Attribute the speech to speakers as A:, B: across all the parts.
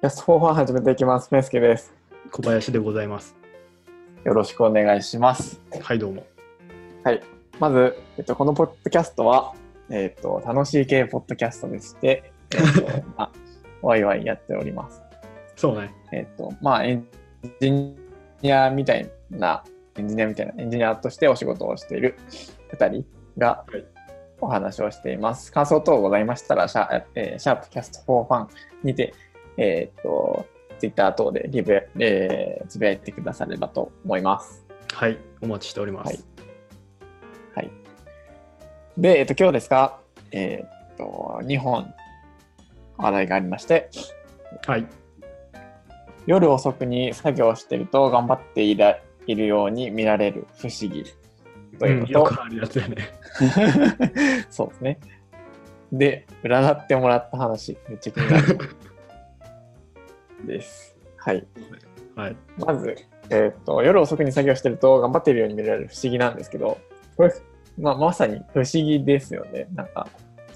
A: キャスト4を始めていきます。メンスケです。
B: 小林でございます。
A: よろしくお願いします。
B: はい、どうも。
A: まず、えっと、このポッドキャストは、えっと、楽しい系ポッドキャストでして、えっと、まあ、ワイワイやっております。
B: そうね。
A: えっと、まあ、エンジニアみたいな、エンジニアみたいな、エンジニアとしてお仕事をしている2人が
B: はい
A: お話をしています。感想等ございましたら、シャ,、えーシャープキャスト4ファンにて、えっと、ツイッター等でリブ、えーつぶやいてくださればと思います。
B: はい、お待ちしております。
A: はいで、えっと、今日ですが、えっと、2本話題がありまして、
B: はい、、
A: 夜遅くに作業してると頑張っていらいるように見られる不思議といううんこと
B: よ、くあるやつだよね。
A: そうですね。で、占ってもらった話、めっちゃ気になるです。 はい。
B: はい、
A: まず、えっと、夜遅くに作業してると頑張っているように見られる不思議なんですけど、これ、まあ、まさに不思議ですよね。なんか、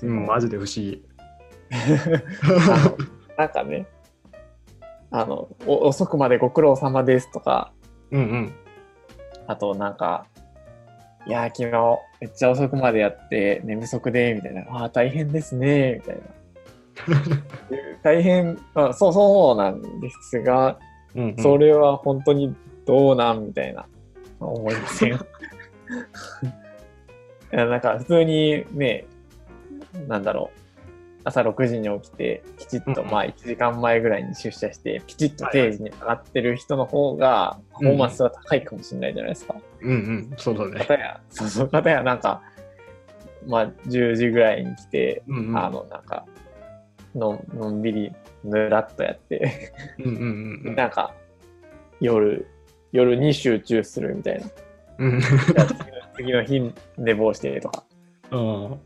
B: うん、マジで不思 議。
A: あのなんかね、あの、お遅くまでご苦労様ですとか、
B: うんうん。
A: あとなんか、いやー、昨日めっちゃ遅くまでやって寝不足で、みたいな、ああ、大変ですね、みたいな。 大変、あ、そうそうなんですが、
B: うんうん
A: それは本当にどうなんみたいな、思いま せん。いやなんか普通にね、なんだろう。朝6時に起きて、きちっと
B: うんうん
A: まあ1時間前ぐらいに出社して、きちっと定時に上がってる人の方が、パフォーマンスは高いかもしれないじゃないですか。
B: うんうん、そうだね
A: 方。や、そうそう、方やなんか、まあ10時ぐらいに来て、
B: うんうん。
A: あの、なんか、ののんびり、ぬらっとやって、
B: うんうんうん
A: なんか、夜、夜に集中するみたいな。
B: うん。うん。
A: 次の日、寝坊してとか。
B: うん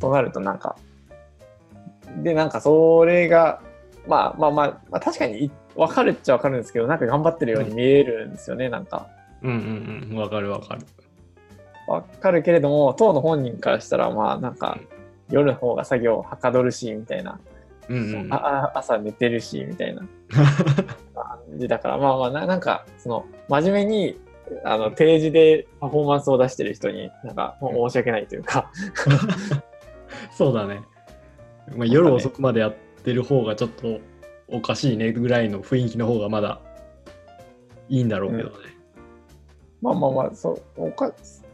A: となると、なんか、で、なんか、それが、まあまあまあ、まあ、確かにい、わかるっちゃわかるんですけど、なんか頑張ってるように見えるんですよね、なんか。
B: うんうん。わかるわかる。
A: わかるけれども、当の本人からしたら、まあ、なんか、夜の方が作業はかどるし、みたいな。
B: うんうん。
A: ああ朝寝てるし、みたいな。感じだからまあまあななんかその真面目にあの定時でパフォーマンスを出してる人になんかもう申し訳ないというか、
B: そうだね。まあ、夜遅くまでやってる方がちょっとおかしいねぐらいの雰囲気の方がまだいいんだろうけどね。
A: まあまあまあそうおか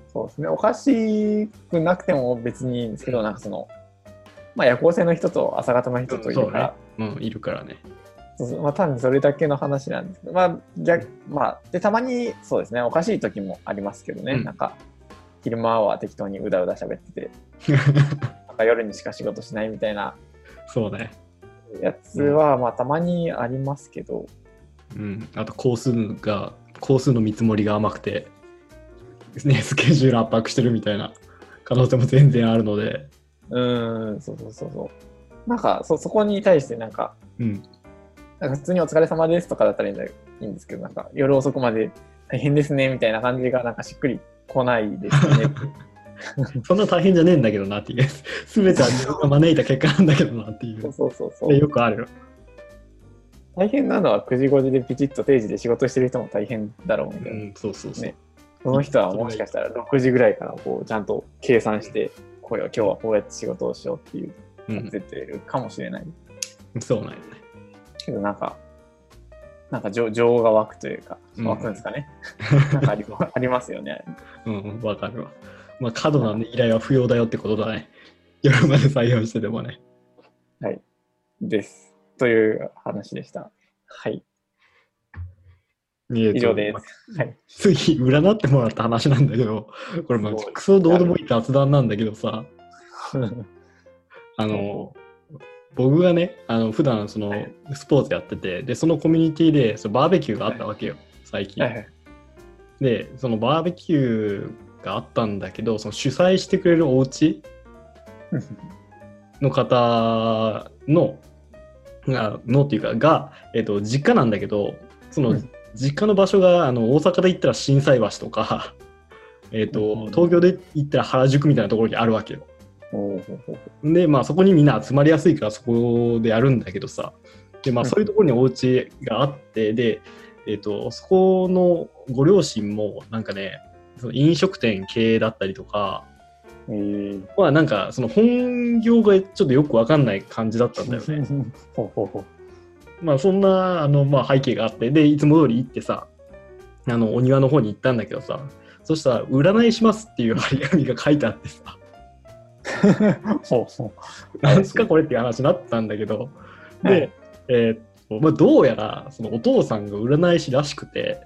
A: そうですねおかしくなくても別にいいんですけど、なんかその、まあ、夜行性の人と朝方の人とい
B: そうう
A: から
B: ね。うん、いるからね。
A: そうそうまあ、単にそれだけの話なんですけど、まあ逆まあ、でたまにそうですねおかしい時もありますけどね、
B: うん
A: なんか昼間は適当にうだうだ喋っててなんか夜にしか仕事しないみたいな
B: そうね。
A: やつは、まあたまにありますけど、
B: うん、あと工数が工数の見積もりが甘くて、ね、スケジュール圧迫してるみたいな可能性も全然あるので、
A: うーん、そうそうそうそう。なんかそ、そこに対してなんか、
B: うん、
A: なんか普通にお疲れ様ですとかだったらいいんだいいんですけど、なんか夜遅くまで大変ですねみたいな感じがなんかしっくり来ないですね。
B: そんな大変じゃねえんだけどなっていう、すべては自分が招いた結果なんだけどなってい
A: そう
B: う、
A: そうそうそ
B: で
A: う。
B: よくあるよ。
A: 大変なのは9時5時でピチッと定時で仕事してる人も大変だろうみ
B: う
A: たいな。
B: ん、そうそうそう。
A: ねその人はもしかしたら6時ぐらいからこうちゃんと計算して、これを今日はこうやって仕事をしようっていう
B: うん、
A: 出てるかもしれない。
B: そうなんよね。
A: けどなんか、なんか情情が湧くというか、
B: うん
A: 湧くんですかね。なんかありありますよね。
B: うん、わかるわ。まあ、過度な、ね、依頼は不要だよってことだね。夜まで採用しててもね。
A: です。という話でした。はい。以
B: 以
A: 上です。はい。
B: 次、占ってもらった話なんだけど、これ、まあ
A: すごい、
B: クソどうでもいい雑談なんだけどさ、あの、僕がね、あの普段その
A: はい
B: スポーツやってて、で、そのコミュニティでそのバーベキューがあったわけよ、最近。で、そのバーベキューがあったんだけど、その主催してくれるお家の方の、がのっていうか、が、えっと、実家なんだけど、そうの
A: ん
B: 実家の場所があの大阪で言ったら心斎橋とか、 えっ
A: うん
B: と、東京で言ったら原宿みたいなところにあるわけよ。で、まあ、そこにみんな集まりやすいからそこでやるんだけどさ、でまあ、
A: うん
B: そういうところにお家があって、で、えっとそこのご両親もなんかねその飲食店経営だったりとか、
A: えー、
B: まあ、なんかその本業がちょっとよくわかんない感じだったんだよね。
A: ほうほうほう。
B: まあそんなあの、まあ、背景があってでいつも通り行ってさあのお庭の方に行ったんだけどさそしたら「占いします」っていう張り紙が書いてあってさ
A: ほうほう。
B: なんすかこれっていう話になったんだけど、
A: は
B: で
A: い、
B: えーっとまあ、どうやらそのお父さんが占い師らしくて、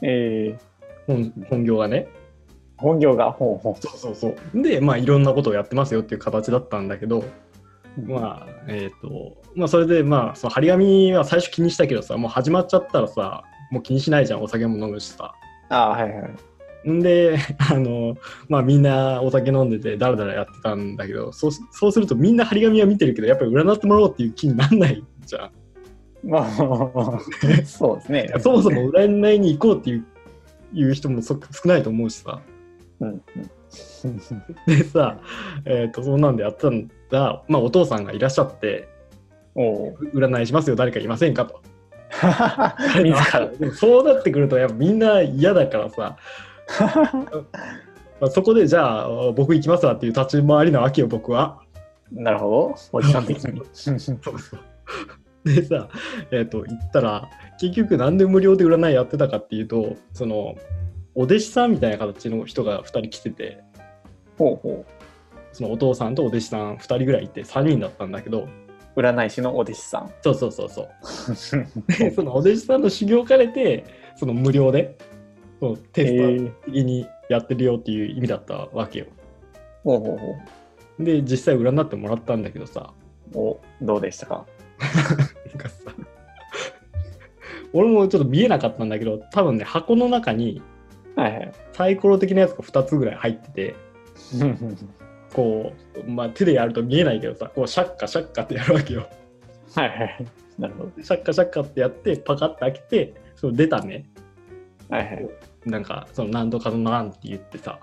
A: えー、
B: 本本業がね。
A: 本業が、ほうほう。
B: そうそうそう。で、まあ、いろんなことをやってますよっていう形だったんだけど、まあ、えーっと、まあ、それで、まあ、その張り紙は最初気にしたけどさ、もう始まっちゃったらさ、もう気にしないじゃん、お酒も飲むしさ。
A: ああー、はいはい。
B: んで、 あの、まあ、みんなお酒飲んでて、だらだらやってたんだけど、そうすそうするとみんな張り紙は見てるけど、やっぱり占ってもらおうっていう気にならないじゃん。
A: まあ、そうですね。
B: そもそも占いに行こうっていういう人もそ少ないと思うしさ。
A: うん。うん。
B: でさ、えー、とそんなんでやったんだ、まあ、お父さんがいらっしゃって
A: お う。
B: 占いしますよ誰かいませんかと。
A: 自ら。
B: でもそうなってくるとやっぱみんな嫌だからさ、まあ、そこでじゃあ僕行きますわっていう立ち回りなわけよ僕は。
A: なるほど。おじさん的に。
B: でさ、えー、と行ったら結局なんで無料で占いやってたかっていうとそのお弟子さんみたいな形の人が2人来てて。
A: ほうほ
B: そのお父さんとお弟子さん2人ぐらいいて3人だったんだけど
A: う。占い師のお弟子 さん。
B: そうそうそうそうで そのお弟子さんの修行を兼ねてその無料でそのテスト
A: ー
B: 的にやってるよっていう意味だったわけよ
A: ほうほう
B: で実際占ってもらったんだけどさ
A: ほう。お、どうでしたか
B: なんかさ 俺もちょっと見えなかったんだけど多分ね箱の中に
A: はい はい。
B: サイコロ的なやつが2つぐらい入ってて
A: は
B: こう、まあ、手でやると見えないけどさこうシャッカシャッカってやるわけよ
A: いはい。なるほど。
B: シャッカシャッカってやってパカッて開けてその出たね
A: はいはい。
B: なんかその何とかの何って言ってさ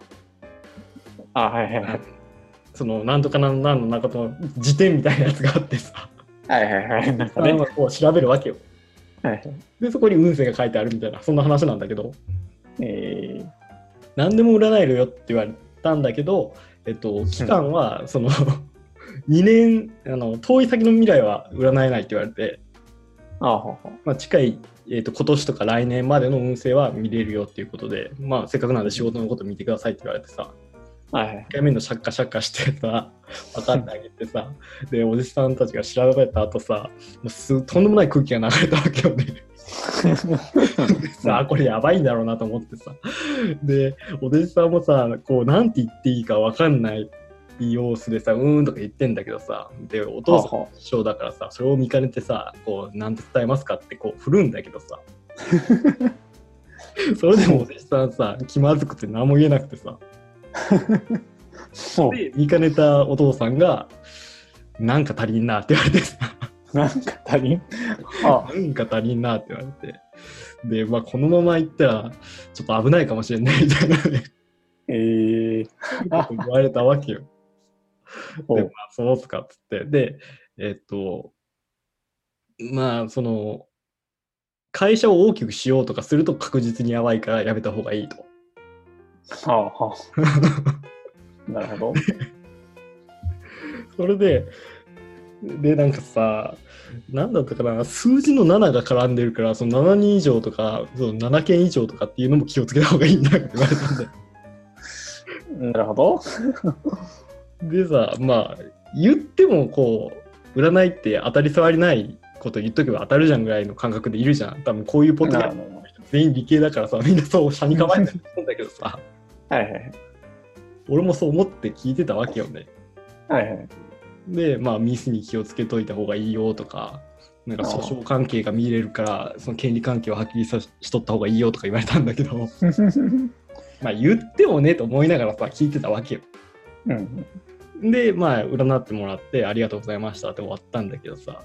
A: あ、はいはいはい。
B: その何とかの何の中と辞典みたいなやつがあってさ
A: はいはいはい。なんかね。
B: あのこう調べるわけよ
A: はいはい。
B: でそこに運勢が書いてあるみたいなそんな話なんだけど
A: えー
B: 何でも占えるよって言われたんだけど、えっと、期間はその 2年あの遠い先の未来は占えないって言われて、
A: あほうほう。
B: まあ、近い、えっと、今年とか来年までの運勢は見れるよっていうことで、まあ、せっかくなんで仕事のこと見てくださいって言われてさ
A: はいはい
B: 1。回目のシャッカシャッカしてさ 分かってあげてさでおじさんたちが調べた後さもうすとんでもない空気が流れたわけよねでさあこれやばいんだろうなと思ってさでお弟子さんもさこうなんて言っていいか分かんない様子でさうーんとか言ってんだけどさでお父さん
A: はは
B: 師匠だからさそれを見かねてさこうなんて伝えますかってこう振るんだけどさそれでもお弟子さんさ気まずくて何も言えなくてさ
A: そう。
B: で見かねたお父さんが「なんか足りんな」って言われてさ
A: なんか足りん
B: 「
A: あ
B: なんか足りんな」って言われてで、まあ、このまま行ったらちょっと危ないかもしれないみたいなね
A: えー、
B: こと言われたわけよ。
A: ほ
B: で、ま
A: う
B: あ、そうっすかっつってでえっとまあその会社を大きくしようとかすると確実にやばいからやめた方がいいと。
A: はあはあなるほど。
B: それで、で、なんかさ、なんだったかな、数字の7が絡んでるから、その7人以上とか、その7件以上とかっていうのも気をつけた方がいいんだって言われたんだよ。
A: なるほど。
B: でさ、まあ、言ってもこう、占いって当たり障りないこと言っとけば当たるじゃんぐらいの感覚でいるじゃん。多分こういうポッドキャス
A: な
B: ト
A: るほ
B: 全員理系だからさ、みんなそう、車に構えてるんだけどさ、
A: どはいはい。
B: 俺もそう思って聞いてたわけよね。
A: はいはい。
B: で、まあ、ミスに気をつけといた方がいいよとか、なんか訴訟関係が見れるから、その権利関係をはっきりさししとった方がいいよとか言われたんだけど、まあ、言ってもねと思いながらさ、聞いてたわけよ。
A: うん。
B: で、まあ、占ってもらって、ありがとうございましたって終わったんだけどさ、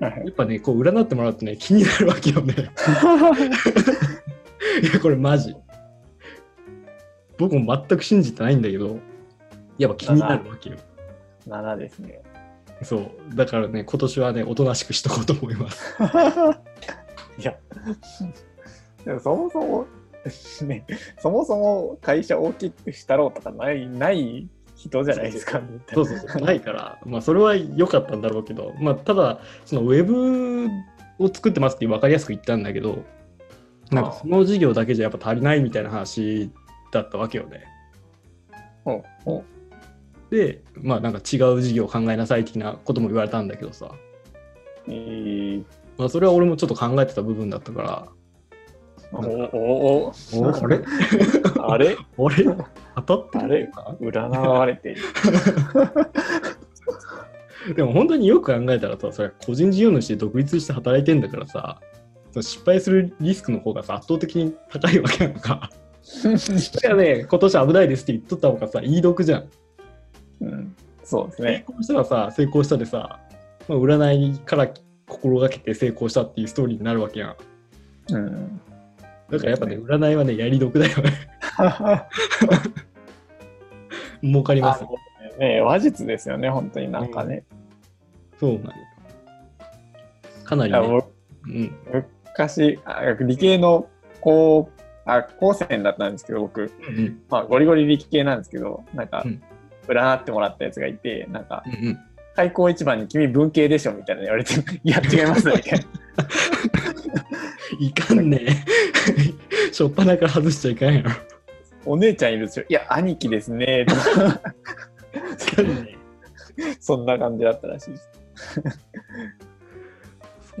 A: はいはい
B: やっぱね、こう、占ってもらうとね、気になるわけよね。 いや、これマジ。僕も全く信じてないんだけど、やっぱ気になるわけよ。
A: 7ですね。
B: そうだからね今年はねおとなしくしとこうと思います
A: いや、でもそもそも、ね、そもそも会社大きくしたろうとかないない人じゃないですか、みたい
B: そ
A: な
B: うそうそうないからまあそれは良かったんだろうけどまあただそのウェブを作ってますって分かりやすく言ったんだけどなんかその事業だけじゃやっぱ足りないみたいな話だったわけよね
A: うんうん
B: でまあなんか違う事業を考えなさい的なことも言われたんだけどさ
A: えー
B: まあそれは俺もちょっと考えてた部分だったから
A: おおお
B: おあれ
A: あれ
B: あれ当たってる
A: あれ
B: か
A: 占われている。
B: でも本当によく考えたらさ、それは個人事業主で独立して働いてんだからさ、その失敗するリスクの方がさ圧倒的に高いわけなのか。それはね、今年危ないですって言っとった方がさ、言い得じゃん。
A: うん、そうです
B: 成
A: ね。
B: 功したらさ、成功したでさ、まあ、占いから心がけて成功したっていうストーリーになるわけやん。
A: うん、
B: だからやっぱね、占いはね、やり得だよね。儲かりますよ。
A: ね話術ですよね、本当になんかね。
B: そうなんよかないり
A: や
B: ね。
A: 僕
B: うん。
A: 昔あ理系の高あ高専だったんですけど、僕、
B: うん
A: まあ、ゴリゴリ理系なんですけど、なんか
B: うん、
A: 占ってもらったやつがいて、なんか、
B: うんうん。
A: 開口一番に君文系でしょみたいなの言われて、 いや、違います みたいな。
B: いかんね え。しょっぱなから外しちゃいかんやろ。
A: お姉ちゃんいるでしょいや、兄貴です ね。とか
B: いかんね
A: そんな感じだったらしいです。
B: え。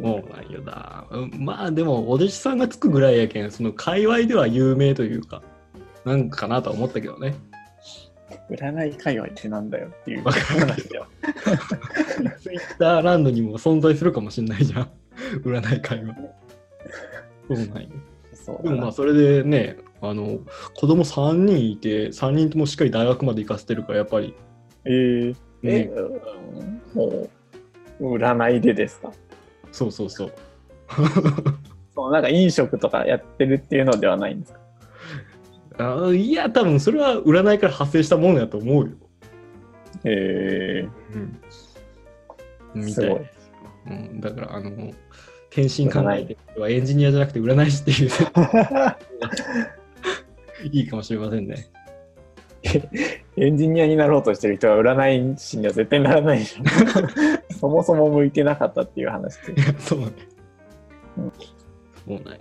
B: そうなんよな。うんまあでも、お弟子さんがつくぐらいやけん、その界隈では有名というか、なんかなとは思ったけ どね。
A: 占い界隈ってなんだよっていう
B: わかんない
A: ですよ。
B: ツイッターランドにも存在するかもしれないじゃん。占い界隈。そうなんよ。
A: そう
B: で
A: だ
B: も
A: な
B: まあ、それでね、あの、子供3人いて、3人ともしっかり大学まで行かせてるから、やっぱり、
A: えー、え、
B: ね、
A: うんもう、占いでですか
B: そうそうそう。
A: そうなんか飲食とかやってるっていうのではないんですか
B: あいや、多分それは占いから派生したものやと思うよ。
A: へえ
B: うん、
A: ー、
B: み
A: す
B: たい
A: ご
B: な、
A: い。
B: うん、だからあの転身考えてる人はエンジニアじゃなくて占い師って いういいかもしれませんね
A: エンジニアになろうとしてる人は占い師には絶対なら ないでしょそもそも向いてなかったっていう話です
B: いやそうね
A: うん
B: そうなんよ、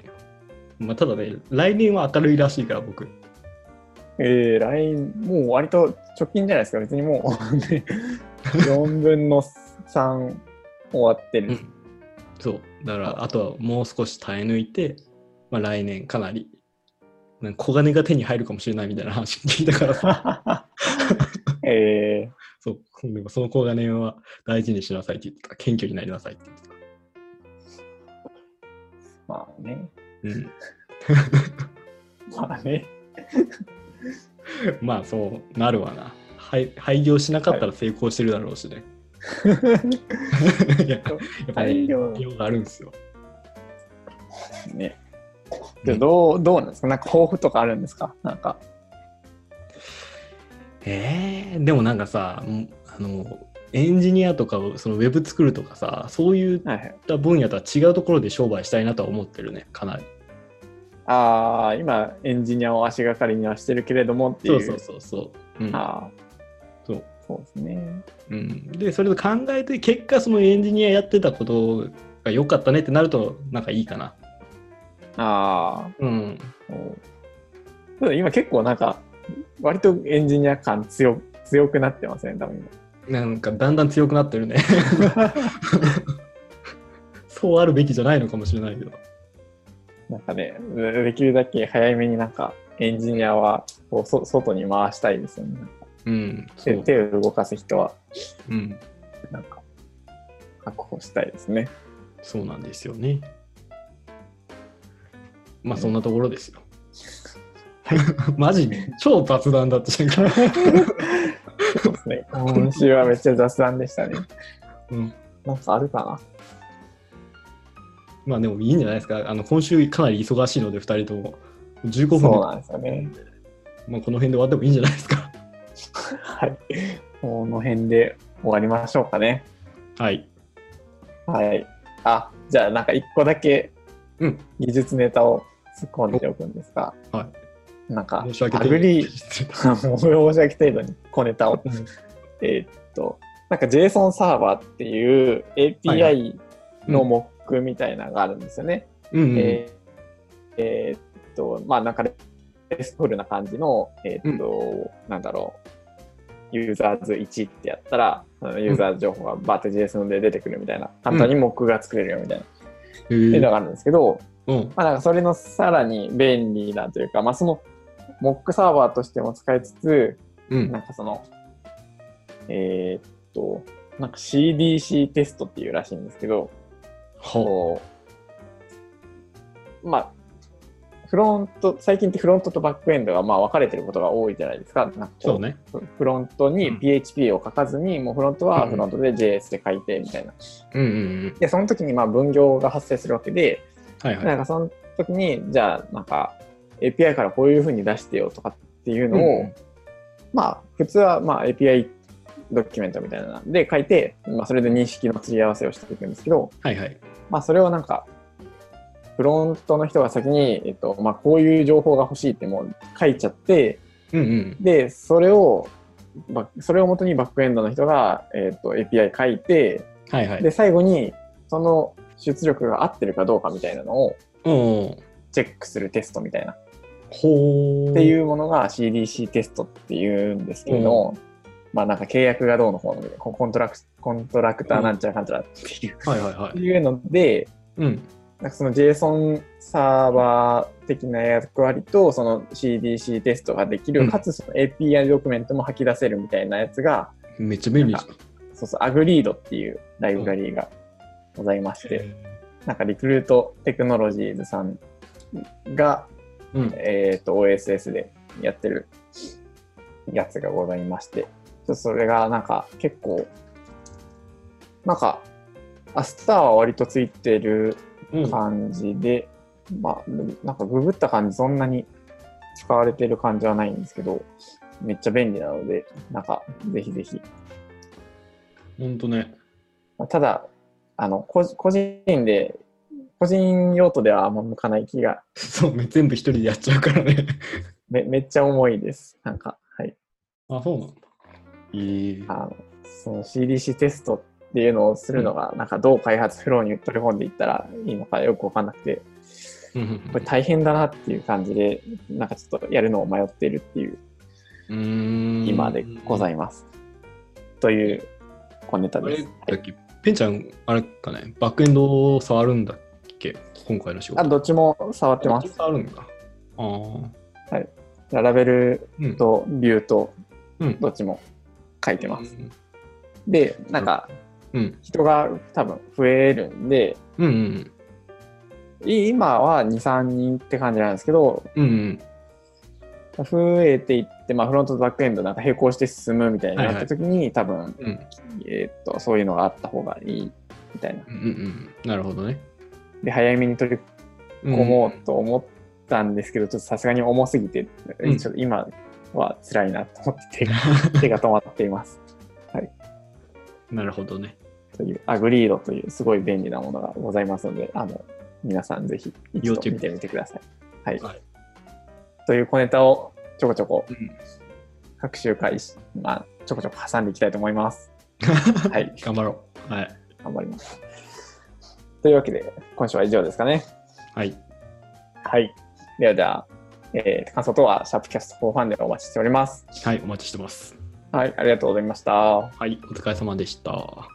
B: まあ、ただね来年は明るいらしいから僕
A: えー、LINE、もう割と直近じゃないですか、別にもう、ね、4分の3終わってる。
B: そうだからあとはもう少し耐え抜いて、まあ、来年かなりなんか小金が手に入るかもしれないみたいな話聞いたからさ
A: え
B: そうでもその小金は大事にしなさいって言ってた謙虚になりなさいって言ってた
A: ー、まあね、
B: うん
A: まあね、
B: まあそうなるわな。廃廃業しなかったら成功してるだろうしね。 い、ややっぱ
A: 廃
B: り、ね、
A: 業
B: 業があるんですよ。
A: ね。じゃあどう、どうなんですかなんか抱負とかあるんですかなんか。
B: えーでもなんかさんあのエンジニアとかそのウェブ作るとかさそういっ
A: はいはい、
B: た分野とは違うところで商売したいなとは思ってるねかなり。
A: ああ、今、エンジニアを足がかりにはしてるけれどもってい。
B: そううそうそうそう。うん
A: ああ、
B: そう
A: そうですね。
B: うん、でそれで考えて結果そのエンジニアやってたことが良かったねってなるとなんかいいかな。
A: ああ、
B: うん、
A: そうただ今結構なんか、割とエンジニア感強強くなってますね、多分今。
B: なんかだんだん強くなって るね。そうあるべきじゃないのかもしれないけど。
A: なんかね、でできるだけ早めになんかエンジニアはこうそ外に回したいですよね。
B: うん、そ
A: 手
B: う。
A: 手を動かす人は
B: うん、
A: なんか確保したいです ね。
B: そうなんですよね。まあそんなところですよ。 マジね超雑談だったじゃんか。
A: そうですね。今週はめっちゃ雑談でしたね。
B: うん、
A: なんかあるか
B: まあでもいいんじゃないですか。あの今週かなり忙しいので、2人とも。15
A: な
B: 分で、
A: そうなんですよね。
B: まあ、この辺で終わってもいいんじゃないですか。
A: はい。この辺で終わりましょうかね。
B: はい。
A: はい。あ、じゃあなんか一個だけ
B: うん。
A: 技術ネタを突っ込んでおくんですが、
B: は
A: なんか
B: い。申し訳
A: アグリ ー、
B: ー。
A: あもう申し訳程度に小ネタを
B: うん。
A: えーっと、なんか JSON サーバーっていう
B: はいは
A: API の Mock みたいなのがあるんですよね。
B: うん。
A: えーえーっと、まあなんかレストフルな感じの、えーっと、なんだろう。ユーザーズ1ってやったら、あのユーザー情報がバーテ JSON で出てくるみたいな、簡単に Mock が作れるよみたいな、
B: え
A: っていう
B: ー
A: のがあるんですけど、
B: うん。
A: まあ、なんかそれのさらに便利なというか、まあ、その Mock サーバーとしても使いつつ、
B: うん
A: なんかその、えーっと、なんか CDC テストっていうらしいんですけど、
B: は
A: こう、まあ、フロント、最近ってフロントとバックエンドがまあ分かれてることが多いじゃないですか。なんかこ
B: そうね。
A: フロント
B: う
A: に
B: ん
A: PHP を書かずに、もうフロントはフロントで JS で書いてみたいな。
B: うんうんうん。
A: で、その時にまあ分業が発生するわけで、
B: はい
A: な
B: は
A: ん
B: い。
A: かその時に、じゃあなんか API からこういうふうに出してよとかっていうのを、
B: うん
A: まあ普通はまあ API ドキュメントみたいなので書いて、まあ、それで認識の釣り合わせをしていくんですけど、
B: はいはい。
A: まあ、それをなんかフロントの人が先に、えっとまあ、こういう情報が欲しいってもう書いちゃって
B: うんうん。
A: でそれをばそれをもとにバックエンドの人が、えっと API 書いて
B: はいはい。
A: で最後にその出力が合ってるかどうかみたいなのを
B: うん。
A: チェックするテストみたいな
B: ほー。。
A: っていううものが CDC テストっていうんですけれど、まあなんか契約がどうのこうのみたいなココントラクコントラクターなんちゃらかんちゃらっていう,、
B: はいはいは
A: って
B: い。
A: いうので
B: うん。
A: なんかその JSON サーバー的な役割とその CDC テストができる、
B: うん
A: かつその API ドキュメントも吐き出せるみたいなやつが
B: めっちゃ便利じゃん。
A: そうそう Agreed っていうライブラリーがございまして、なんかリクルートテクノロジーズさんが、
B: うん。
A: えー、と OSS でやってるやつがございましてちょっとそれがなんか結構なんかアスターは割とついてる
B: うん。
A: 感じで、まあ、なんかググった感じ、そんなに使われてる感じはないんですけど、めっちゃ便利なので、なんか、ぜひぜひ。
B: ほんとね。
A: まあただ、あの、こ個人で、個人用途ではあんま向かない気が
B: そうね。全部一人でやっちゃうからね。
A: め、めっちゃ重いです。なんか、はい。
B: あ、そうなんだ。ええ
A: あ。の、その CDC テストっていうのをするのが、なんかどう開発フローに取り込んでいったらいいのかよくわかんなくて、
B: うんうん
A: これ大変だなっていう感じで、なんかちょっとやるのを迷っているっていう
B: うん。
A: 今でござ
B: い
A: います。という小ネタ
B: あ
A: で
B: れ
A: す。
B: だっけペンちゃん、あれかね、バックエンドを触るんだっけ今回の仕事。
A: あどっちも触ってます。
B: 触るんだ。ああ。
A: ララベル
B: うん。
A: とビューと
B: うん。
A: どっちも書いてます。
B: うん。
A: で、なんか
B: うん。
A: 人が多分増えるんで、
B: うんうん。
A: い今は2、3人って感じなんですけど、
B: うんうん。
A: 増えていって、まあ、フロントとバックエンドなんか並行して進むみたいになった時に、多分、
B: うん。
A: えーっと、そういうのがあった方がいいみたいな。
B: うんうんうん。なるほどね。
A: で、早めに取り
B: うん
A: 込もうと思ったんですけど、ちょっとさすがに重すぎて、
B: うん
A: ちょっと今は辛いなと思って手が 手が止まっています。
B: なるほどね。
A: という、アグリードというすごい便利なものがございますので、あの、皆さんぜひ一
B: 要
A: 度
B: チェッ
A: 見
B: ク
A: てみてください。はい。
B: はい
A: という小ネタをちょこちょこ
B: うん。
A: 各週回し、まあ、ちょこちょこ挟んでいきたいと思い ます。はい。
B: 頑張ろう。はい。
A: 頑張ります。というわけで、今週は以上ですかね。
B: はい。
A: はい。ではでは、えー感想等は、シャープキャスト4ファンでお待ちしております。
B: はい。お待ちしてます。
A: はい、ありがとうございました。
B: はい。お疲れ様でした。